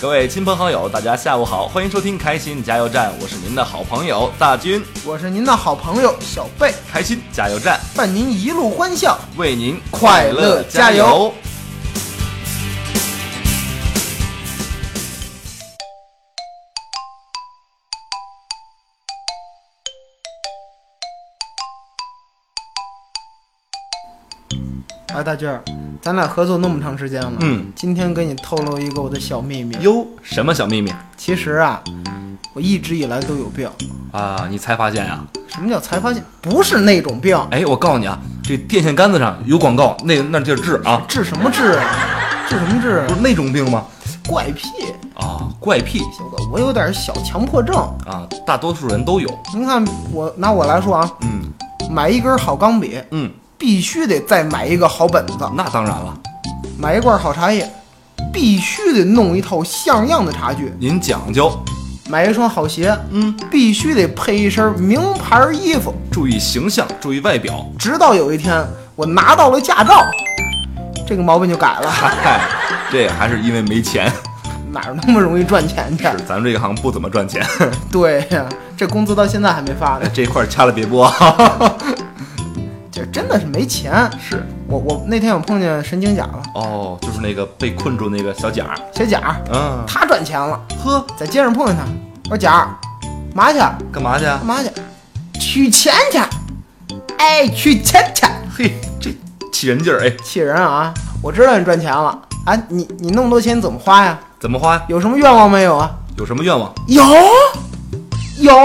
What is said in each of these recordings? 各位亲朋好友，大家下午好，欢迎收听《开心加油站》，我是您的好朋友大军。我是您的好朋友小贝，开心加油站，伴您一路欢笑。为您快乐加油！哎，大俊儿，咱俩合作那么长时间了，嗯，今天给你透露一个我的小秘密。哟，什么小秘密其实啊，我一直以来都有病。啊？你才发现呀、什么叫才发现？不是那种病，哎，我告诉你啊，这电线杆子上有广告，那那地儿治啊，治什么治啊？治什么治不啊？是那种病吗？怪癖，啊，怪癖小哥，我有点小强迫症。啊，大多数人都有。您看我拿我来说啊，嗯买一根好钢笔，嗯，必须得再买一个好本子，那当然了，买一罐好茶叶，必须得弄一套像样的茶具，您讲究，买一双好鞋，嗯，必须得配一身名牌衣服。注意形象，注意外 表。直到有一天我拿到了驾照，这个毛病就改了。嗨，哎这还是因为没钱，哪有那么容易赚钱去？是咱们这一行不怎么赚钱， 对呀，这工资到现在还没发呢，这一块儿掐了别播。这真的是没钱。 是我我那天我碰见神经甲了，哦，就是那个被困住那个小贾，小贾，嗯，他赚钱了，呵，在街上碰见他，我说贾，嘛去？干嘛去啊？干嘛去？取钱去！哎，取钱去！嘿，这起人劲儿，哎，气人啊！我知道你赚钱了啊，你你那么多钱你怎么花呀？怎么花呀？有什么愿望没有啊？有什么愿望？有，有，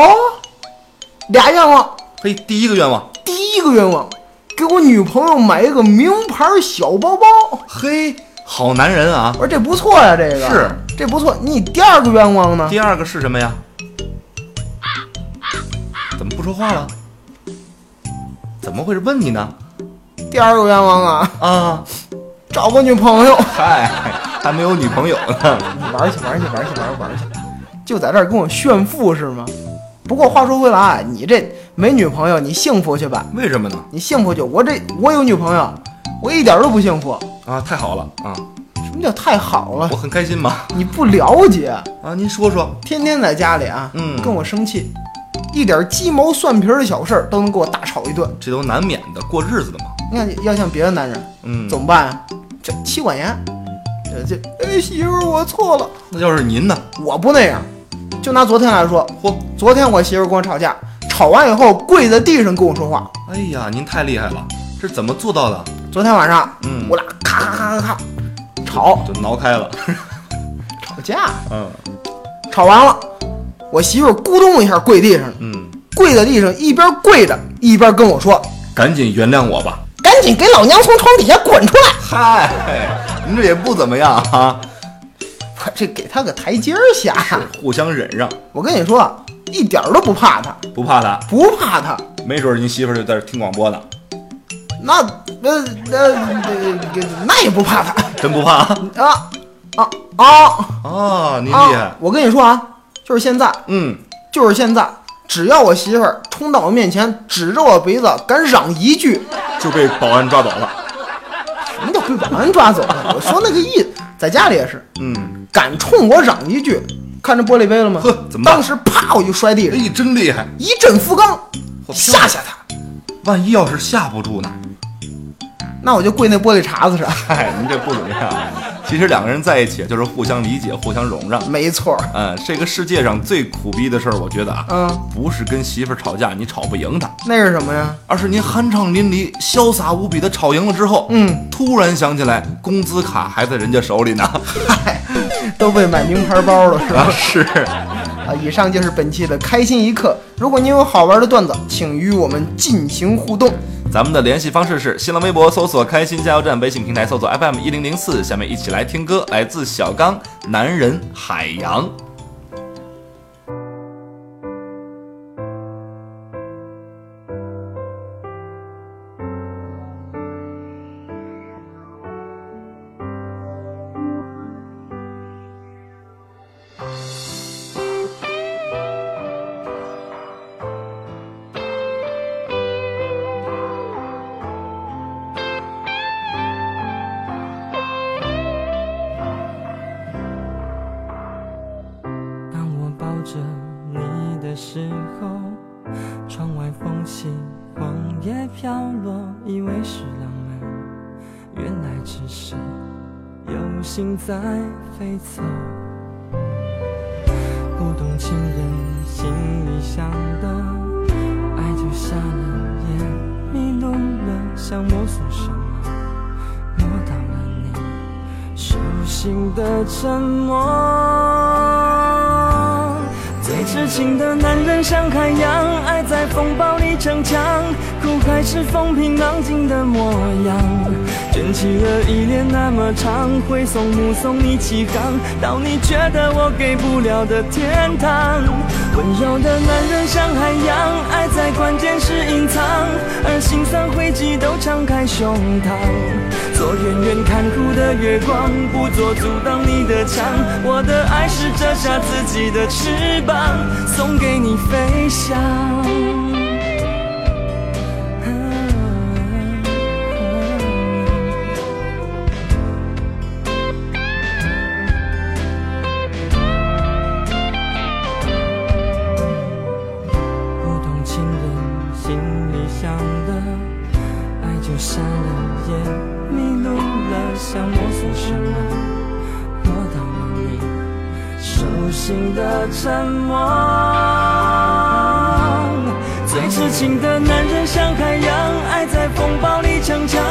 俩愿望。嘿，第一个愿望，第一个愿望，给我女朋友买一个名牌小包包。嘿，好男人啊我。说这不错呀、这个是这不错。你第二个愿望呢？第二个是什么呀？怎么不说话了？怎么会是问你呢？第二个愿望啊，啊，找个女朋友。嗨，还没有女朋友呢。你玩去，玩去，玩去，玩去玩去，就在这儿跟我炫富是吗？不过话说回来，啊你这没女朋友，你幸福去吧，为什么呢？你幸福去。我这我有女朋友，我一点都不幸福。啊，太好了啊，什么叫太好了我？很开心嘛。你不了解，啊，您说说，天天在家里啊，嗯跟我生气，一点鸡毛蒜皮儿的小事儿都能给我大吵一顿。这都难免的，过日子的嘛。你看，要像别的男人嗯，怎么办啊？这妻管严，这这哎媳妇儿我错了，那要是您呢？我不那样。就拿昨天来说，嚯，昨天我媳妇儿跟我吵架，吵完以后跪在地上跟我说话。哎呀，您太厉害了，这怎么做到的？昨天晚上嗯，我俩咔咔咔咔咔吵就挠开了。吵架，嗯吵完了，我媳妇儿咕咚一下跪地上了，嗯，跪在地上一边跪着一边跟我说赶紧原谅我吧。：“赶紧给老娘从床底下滚出来嗨，您这也不怎么样啊，！”我 这给她个台阶儿下。互相忍让，我跟你说啊，一点儿都不怕她，不怕他。不怕她。没准儿您媳妇儿就在这听广播呢，那那那那那也不怕他真不 怕啊！啊啊啊啊，您厉啊害，！我跟你说啊，就是现在，嗯，就是现在，只要我媳妇儿冲到我面前，指着我鼻子敢嚷一句，就被保安抓走了。什么叫被保安抓走了？我说那个意思，在家里也是，嗯，敢冲我嚷一句，看着玻璃杯了吗？呵怎么办当时啪我就摔地哎上，，真厉害！一阵扶刚，我天吓吓他。万一要是吓不住呢？那我就跪那玻璃碴子上，嗨，您这不怎么样啊。其实两个人在一起就是互相理解、互相容让。没错儿，嗯，这个世界上最苦逼的事儿，我觉得啊，嗯，不是跟媳妇儿吵架你吵不赢她，那是什么呀？而是您酣畅淋漓、潇洒无比的吵赢了之后，嗯，突然想起来工资卡还在人家手里呢。都被买名牌包了是吧？啊，是。啊，以上就是本期的开心一刻。如果您有好玩的段子，请与我们进行互动。咱们的联系方式是新浪微博搜索“开心加油站”，微信平台搜索 FM 一零零四。下面一起来听歌，来自小刚《男人海洋》。飘落，以为是浪漫，原来只是有心在飞走。不懂情人心里想的，爱就瞎了眼，迷路了，想摸索什么，摸到了你手心的沉默。最痴情的男人像海洋，爱在风暴里逞强，苦海是风平浪静的模样。卷起了依恋那么长，挥送目送你起航，到你觉得我给不了的天堂。温柔的男人像海洋，爱在关键时隐藏，而心酸灰迹都敞开胸膛。做远远看哭的月光，不做阻挡你的墙。我的爱是折下自己的翅膀，送给你飞翔。 啊啊不懂情人心里想的，爱就瞎了眼，迷路了，想摸索什么，摸到了你手心的沉默。最痴情的男人像海洋，爱在风暴里逞强，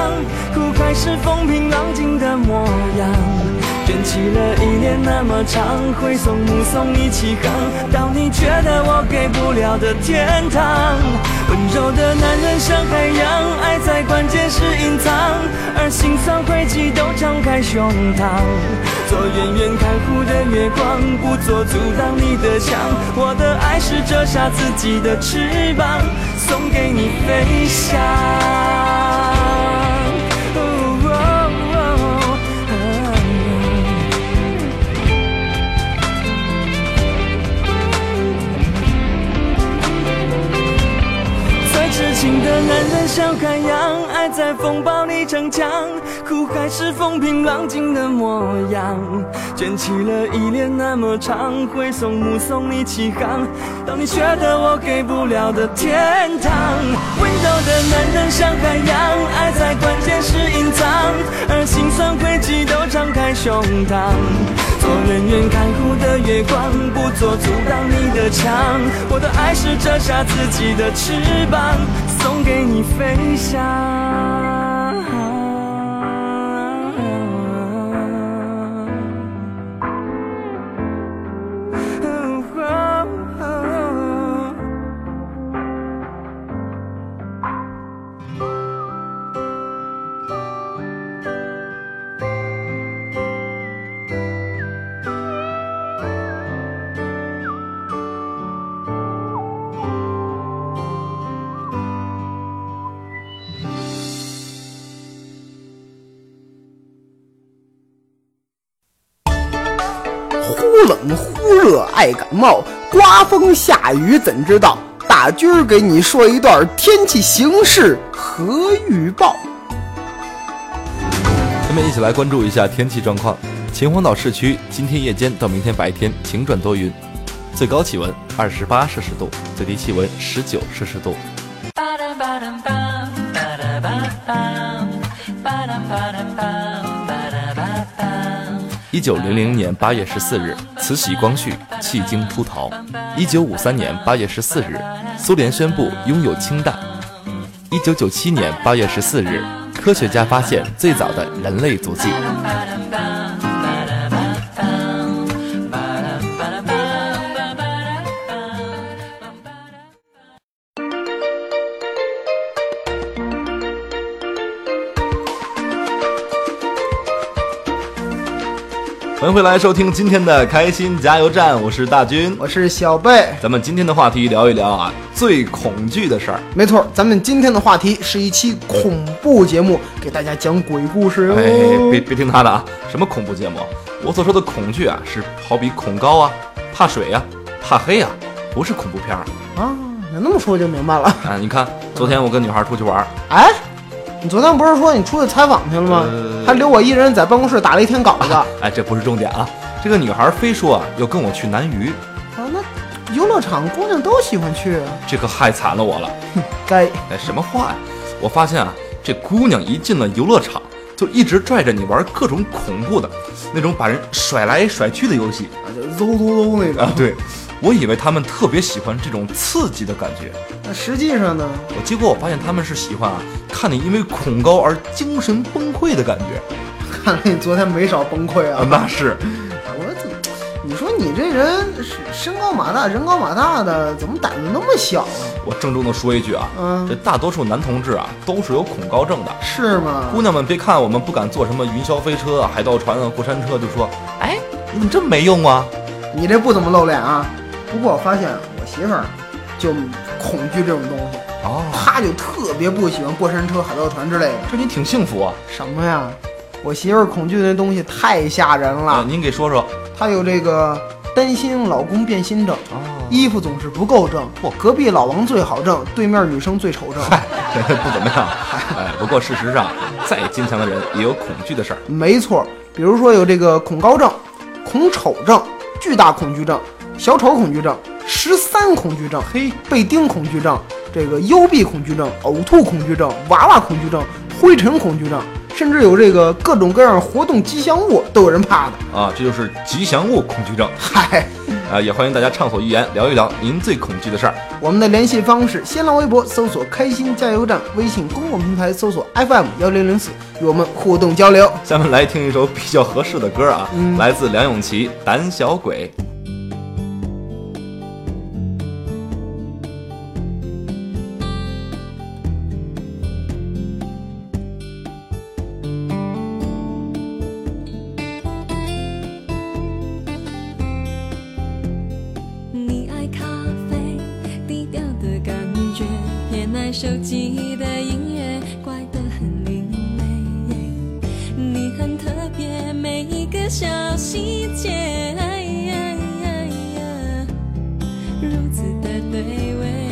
苦海是风平浪静的模样。卷起了一年那么长，挥送目送你起航，到你觉得我给不了的天堂。温柔的男人像海洋，爱在关键时隐藏，而心酸灰迹都敞开胸膛。做远远看护的月光，不做阻挡你的墙。我的爱是折下自己的翅膀，送给你飞翔。哦哦哦啊最痴情的男人像海洋，爱在风暴里逞强，苦海是风平浪静的模样。卷起了依恋那么长，挥送目送你起航，到你觉得我给不了的天堂。温柔的男人像海洋，爱在关键时隐藏，而心酸轨迹都敞开胸膛。做人远看护的月光，不做阻挡你的墙。我的爱是折下自己的翅膀，送给你飞翔。 忽冷忽热爱感冒，刮风下雨怎知道？大军儿给你说一段天气形势和预报。咱们一起来关注一下天气状况。秦皇岛市区今天夜间到明天白天晴转多云，最高气温二十八摄氏度，最低气温十九摄氏度。一九零零年八月十四日，慈禧光绪弃京出逃。一九五三年八月十四日，苏联宣布拥有氢弹。一九九七年八月十四日，科学家发现最早的人类足迹。欢迎回来收听今天的开心加油站，我是大军。我是小贝，咱们今天的话题聊一聊啊，最恐惧的事儿。没错，咱们今天的话题是一期恐怖节目，给大家讲鬼故事哟。哦哎，别别听他的啊！什么恐怖节目？我所说的恐惧啊，是好比恐高啊、怕水啊、怕黑啊，不是恐怖片儿啊，你那么说就明白了。啊。你看，昨天我跟女孩出去玩儿，哎，你昨天不是说你出去采访去了吗？呃还留我一人在办公室打了一天稿子。啊，哎，这不是重点啊。这个女孩非说啊要跟我去南娱，啊那游乐场姑娘都喜欢去，啊这可害惨了我了。该哎，什么话呀、我发现啊，这姑娘一进了游乐场，就一直拽着你玩各种恐怖的那种把人甩来甩去的游戏啊就嗖嗖嗖那啊个。。对，我以为他们特别喜欢这种刺激的感觉，那实际上呢， 我结果我发现他们是喜欢啊，看你因为恐高而精神崩溃的感觉看来你昨天没少崩溃啊啊。，那是。我说怎么，你说你这人是身高马大，人高马大的，怎么胆子那么小啊？我郑重的说一句啊，嗯这大多数男同志啊都是有恐高症的。是吗姑？娘们，别看我们不敢坐什么云霄飞车啊、海盗船啊、过山车，就说，哎，你怎么这么没用啊？你这不怎么露脸啊。不过我发现我媳妇儿就恐惧这种东西，哦，她就特别不喜欢过山车、海盗船之类的。这你挺幸福啊。什么呀？我媳妇儿恐惧的那东西太吓人啊，了，您给说说。她有这个担心老公变心症， 哦，衣服总是不够正，嚯隔壁老王最好正，对面女生最丑正。嗨，哎不怎么样。哎，不过事实上，再坚强的人也有恐惧的事儿。没错，比如说有这个恐高症、恐丑症、巨大恐惧症、小丑恐惧症、十三恐惧症、嘿，被叮恐惧症、这个幽闭恐惧症、呕吐恐惧症、娃娃恐惧症、灰尘恐惧症，甚至有这个各种各样活动吉祥物都有人怕的。啊，这就是吉祥物恐惧症嗨，啊，也欢迎大家畅所欲言，聊一聊您最恐惧的事儿。我们的联系方式：新浪微博搜索“开心加油站”，微信公众平台搜索 FM 幺零零四，与我们互动交流。下面来听一首比较合适的歌啊，嗯来自梁咏琪《胆小鬼》。你爱咖啡低调的感觉，也爱手机的音乐，怪得很另类。你很特别，每一个小细节，哎呀呀呀如此的对味。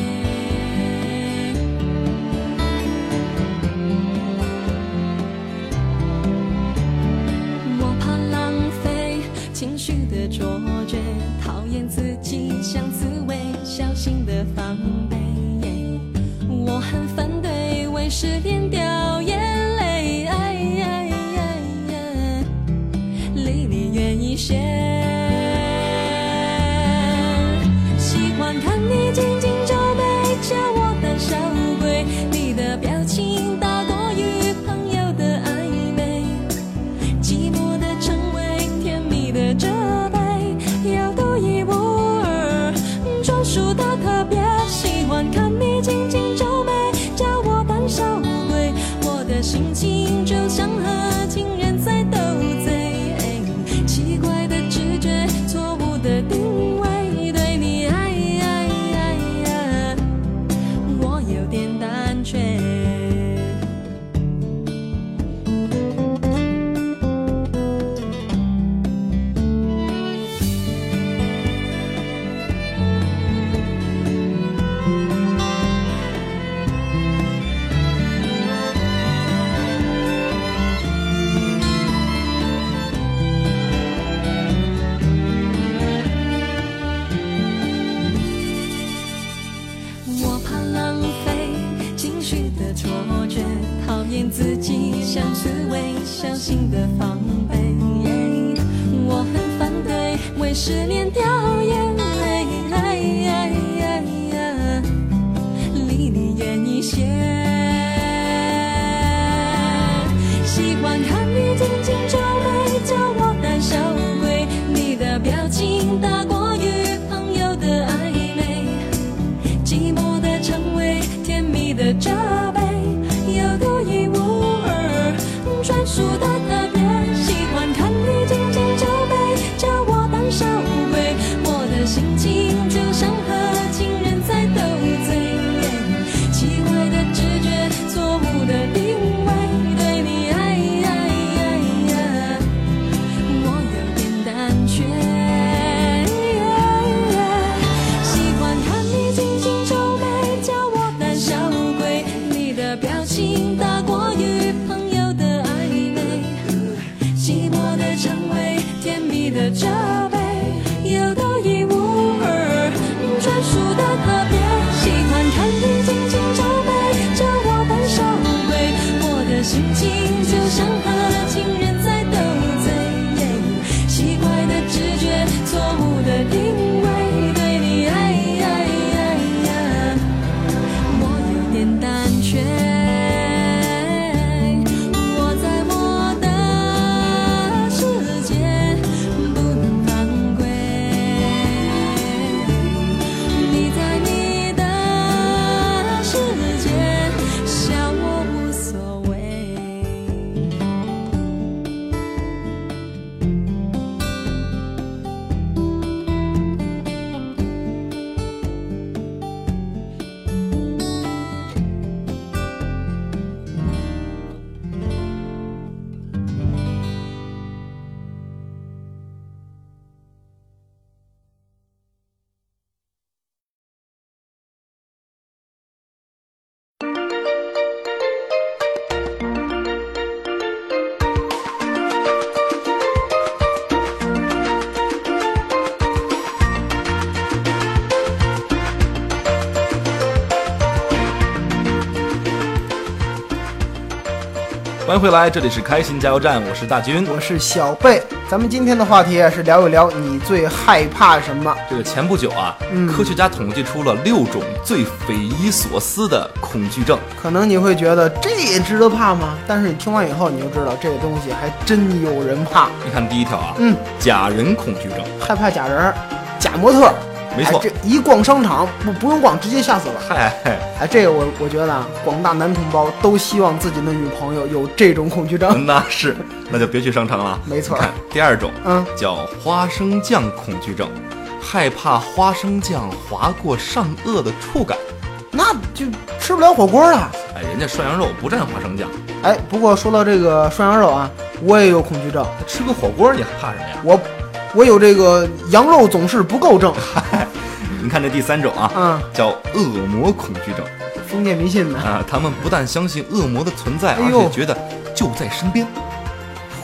我怕浪费情绪的错觉，讨厌自己像刺猬，小心的防备。我很反对为失恋掉眼泪，哎呀呀呀离你远一些。喜欢看你紧紧皱眉，叫我胆小鬼，你的表情大过于朋友的暧昧。寂寞的称谓，甜蜜的责备，要独一无二，专属的特别。喜欢看你紧紧皱眉，叫我胆小鬼，我的心情就像和情人在斗嘴。奇怪的直觉，错误的定位，对你爱爱爱爱，我有点胆怯。我怕浪费情绪的错觉，讨厌自己像刺猬，小心的防备。我很反对为失恋掉眼泪，离你远一些。喜欢看你紧紧皱眉，叫我胆小鬼，你的表情大过于朋友的暧昧。寂寞的称谓，甜蜜的责备，有独一无二，专属的特别。喜欢看你紧紧皱眉，叫我胆小鬼，我的心情就像和情人在斗嘴。奇怪的直觉，错误的定位，对你爱爱爱爱。我有点胆怯，习惯看你紧紧皱眉，叫我胆小鬼。你的想和情人再斗嘴。奇怪的直觉，错误的定位，对你爱爱爱爱，我有点胆怯。我在我的世界，不能犯规。你在你的世界，笑我无所谓。欢迎回来，这里是开心加油站，我是大军。我是小贝，咱们今天的话题啊是聊一聊你最害怕什么。这个前不久啊，嗯科学家统计出了六种最匪夷所思的恐惧症。可能你会觉得这也值得怕吗？但是你听完以后，你就知道这东西还真有人怕。你看第一条啊，嗯，假人恐惧症，害怕假人儿、假模特儿，没错哎这一逛商场不不用逛，直接吓死了。 嗨，哎，这个我我觉得啊，广大男同胞都希望自己的女朋友有这种恐惧症。那是，那就别去商场了。没错你看第二种嗯，叫花生酱恐惧症，害怕花生酱划过上颚的触感。那就吃不了火锅了。哎，人家涮羊肉不蘸花生酱，哎，不过说到这个涮羊肉啊，我也有恐惧症，吃个火锅你还怕什么呀？我我有这个羊肉总是不 够症。你看这第三种啊，嗯，叫恶魔恐惧症封建迷信的。啊，他们不但相信恶魔的存在，哎而呦且觉得就在身边。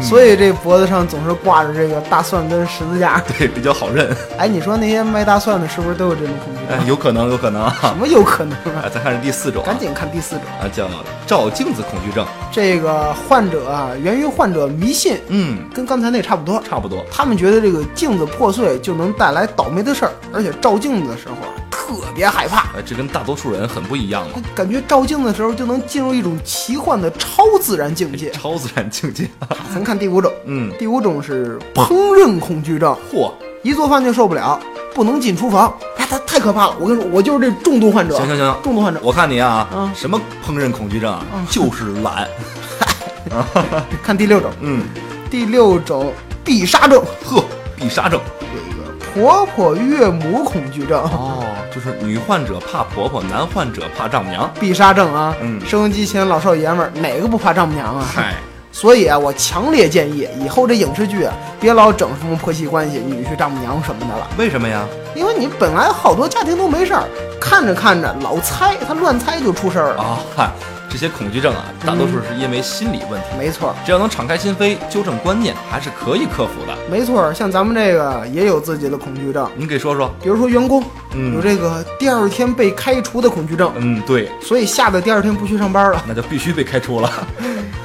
所以这脖子上总是挂着这个大蒜跟十字架。 对，比较好认，哎，你说那些卖大蒜的，是不是都有这种恐惧哎症？有可能，有可能啊 什。么有可能啊？ 啊再看这第四种、啊，赶紧看第四种，啊，叫照镜子恐惧症。这个患者啊，源于患者迷信，嗯，跟刚才那差不多。差不多。他们觉得这个镜子破碎就能带来倒霉的事儿，而且照镜子的时候啊，特别害怕，呃，这跟大多数人很不一样了，感觉照镜子的时候就能进入一种奇幻的超自然境界。超自然境界。 咱看第五种，嗯，第五种是烹饪恐惧症，嚯，一做饭就受不了，不能进厨房，哎，他太可怕了。我跟你说，我就是这重度患者。行行行重度患者，我看你啊，嗯什么烹饪恐惧症啊，就是懒。看第六种，嗯，第六种必杀症，呵，必杀症。婆婆岳母恐惧症。哦，就是女患者怕婆婆，男患者怕丈母娘。必杀症啊，嗯收音机前老少爷们儿哪个不怕丈母娘啊？嗨，所以啊，我强烈建议以后这影视剧啊，别老整什么婆媳关系、女婿丈母娘什么的了，为什么呀？因为你本来好多家庭都没事儿，看着看着老猜，他乱猜就出事儿了。啊，嗨，这些恐惧症啊，大多数是因为心理问题。没错儿，只要能敞开心扉，纠正观念，还是可以克服的。没错儿，像咱们这个也有自己的恐惧症，您给说说。比如说员工、嗯有这个第二天被开除的恐惧症，嗯，对，所以吓得第二天不去上班了。 那就必须被开除了。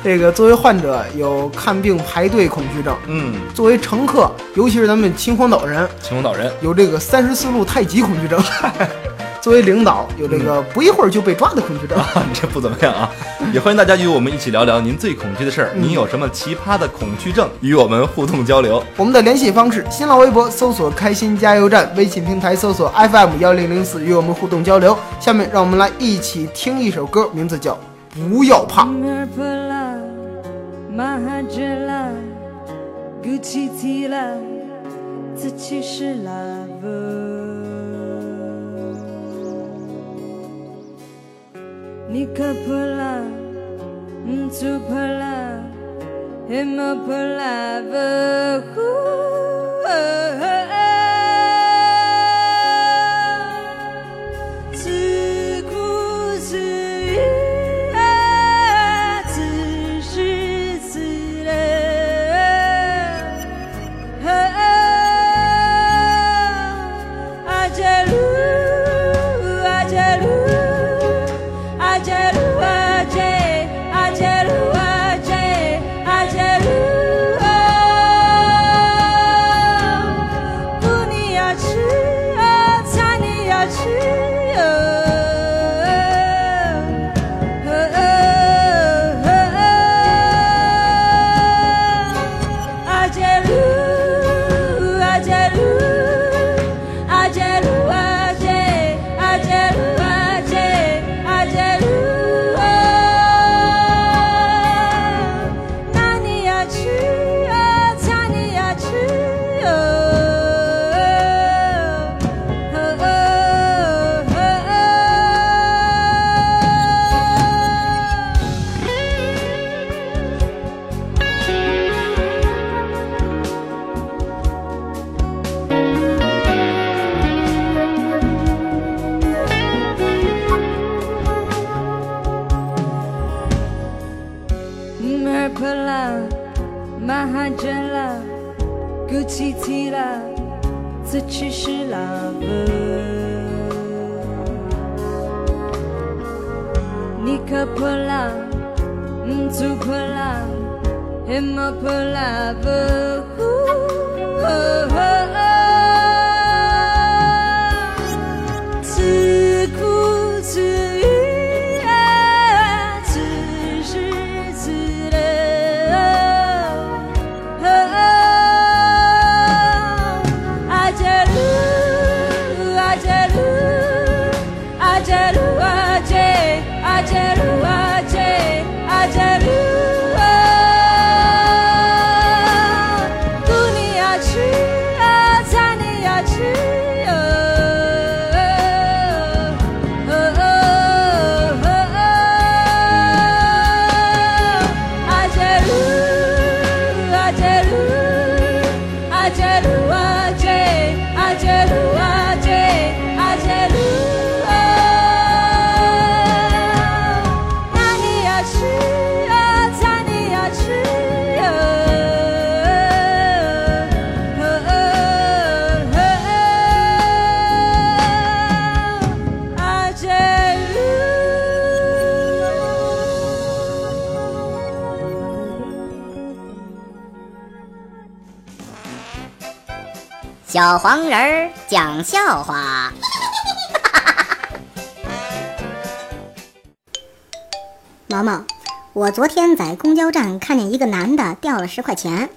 这个作为患者有看病排队恐惧症，嗯，作为乘客，尤其是咱们秦皇岛人，秦皇岛人。有这个三十四路太极恐惧症。 作为领导，有这嗯个不一会儿就被抓的恐惧症。啊，这不怎么样啊！也欢迎大家与我们一起聊聊您最恐惧的事儿，您有什么奇葩的恐惧症，与我们互动交流。我们的联系方式：新浪微博搜索“开心加油站”，微信平台搜索 FM 幺零零四，与我们互动交流。下面让我们来一起听一首歌，名字叫《不要怕》。 Murpala, Mahajala, Gucci Tila, Tsuchi Shilava. 尼克普拉，姆祖普拉，黑马普拉布呼。自顾自娱乐，自食自乐。Ajalu, ajalu, ajalu, ajalu, ajalu, ajalu. oh. oh. Oh, oh, 麻倦了，鼓起气了，此去是 love。你可破了，嗯，足破了，也莫破了，不。自顾自娱啊，自娱自乐。小黄人儿讲笑话。 毛毛，我昨天在公交站看见一个男的掉了十块钱，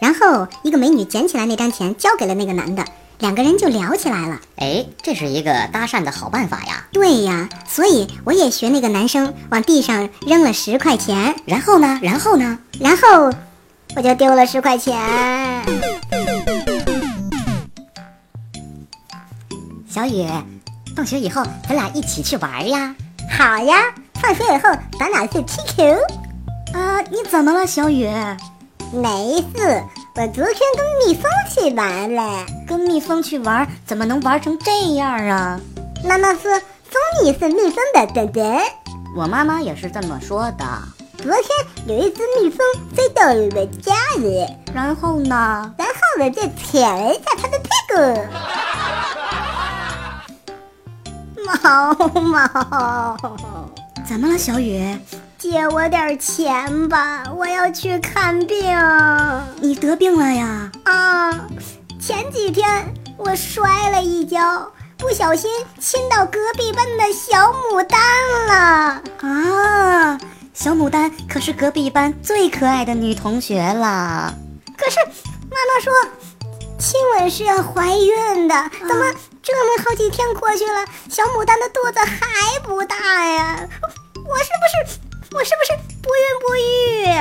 然后一个美女捡起来那张钱交给了那个男的，两个人就聊起来了。哎，这是一个搭讪的好办法呀。对呀，所以我也学那个男生往地上扔了十块钱，然后呢？然后呢？然后我就丢了十块钱。小雨，放学以后咱俩一起去玩呀。好呀，放学以后咱俩去踢球。啊，你怎么了，小雨？没事，我昨天跟蜜蜂去玩了。跟蜜蜂去玩，怎么能玩成这样啊？妈妈说蜂蜜是蜜蜂的本人。我妈妈也是这么说的。昨天有一只蜜蜂飞到了我家里，然后呢？然后我就舔了一下它的屁股。毛毛，怎么了，小雨？借我点钱吧，我要去看病。你得病了呀？啊，前几天我摔了一跤，不小心亲到隔壁班的小牡丹了。啊，小牡丹可是隔壁班最可爱的女同学了。可是妈妈说，亲吻是要怀孕的，怎么这么好几天过去了，小牡丹的肚子还不大呀？我是不是我是不是不孕不育啊？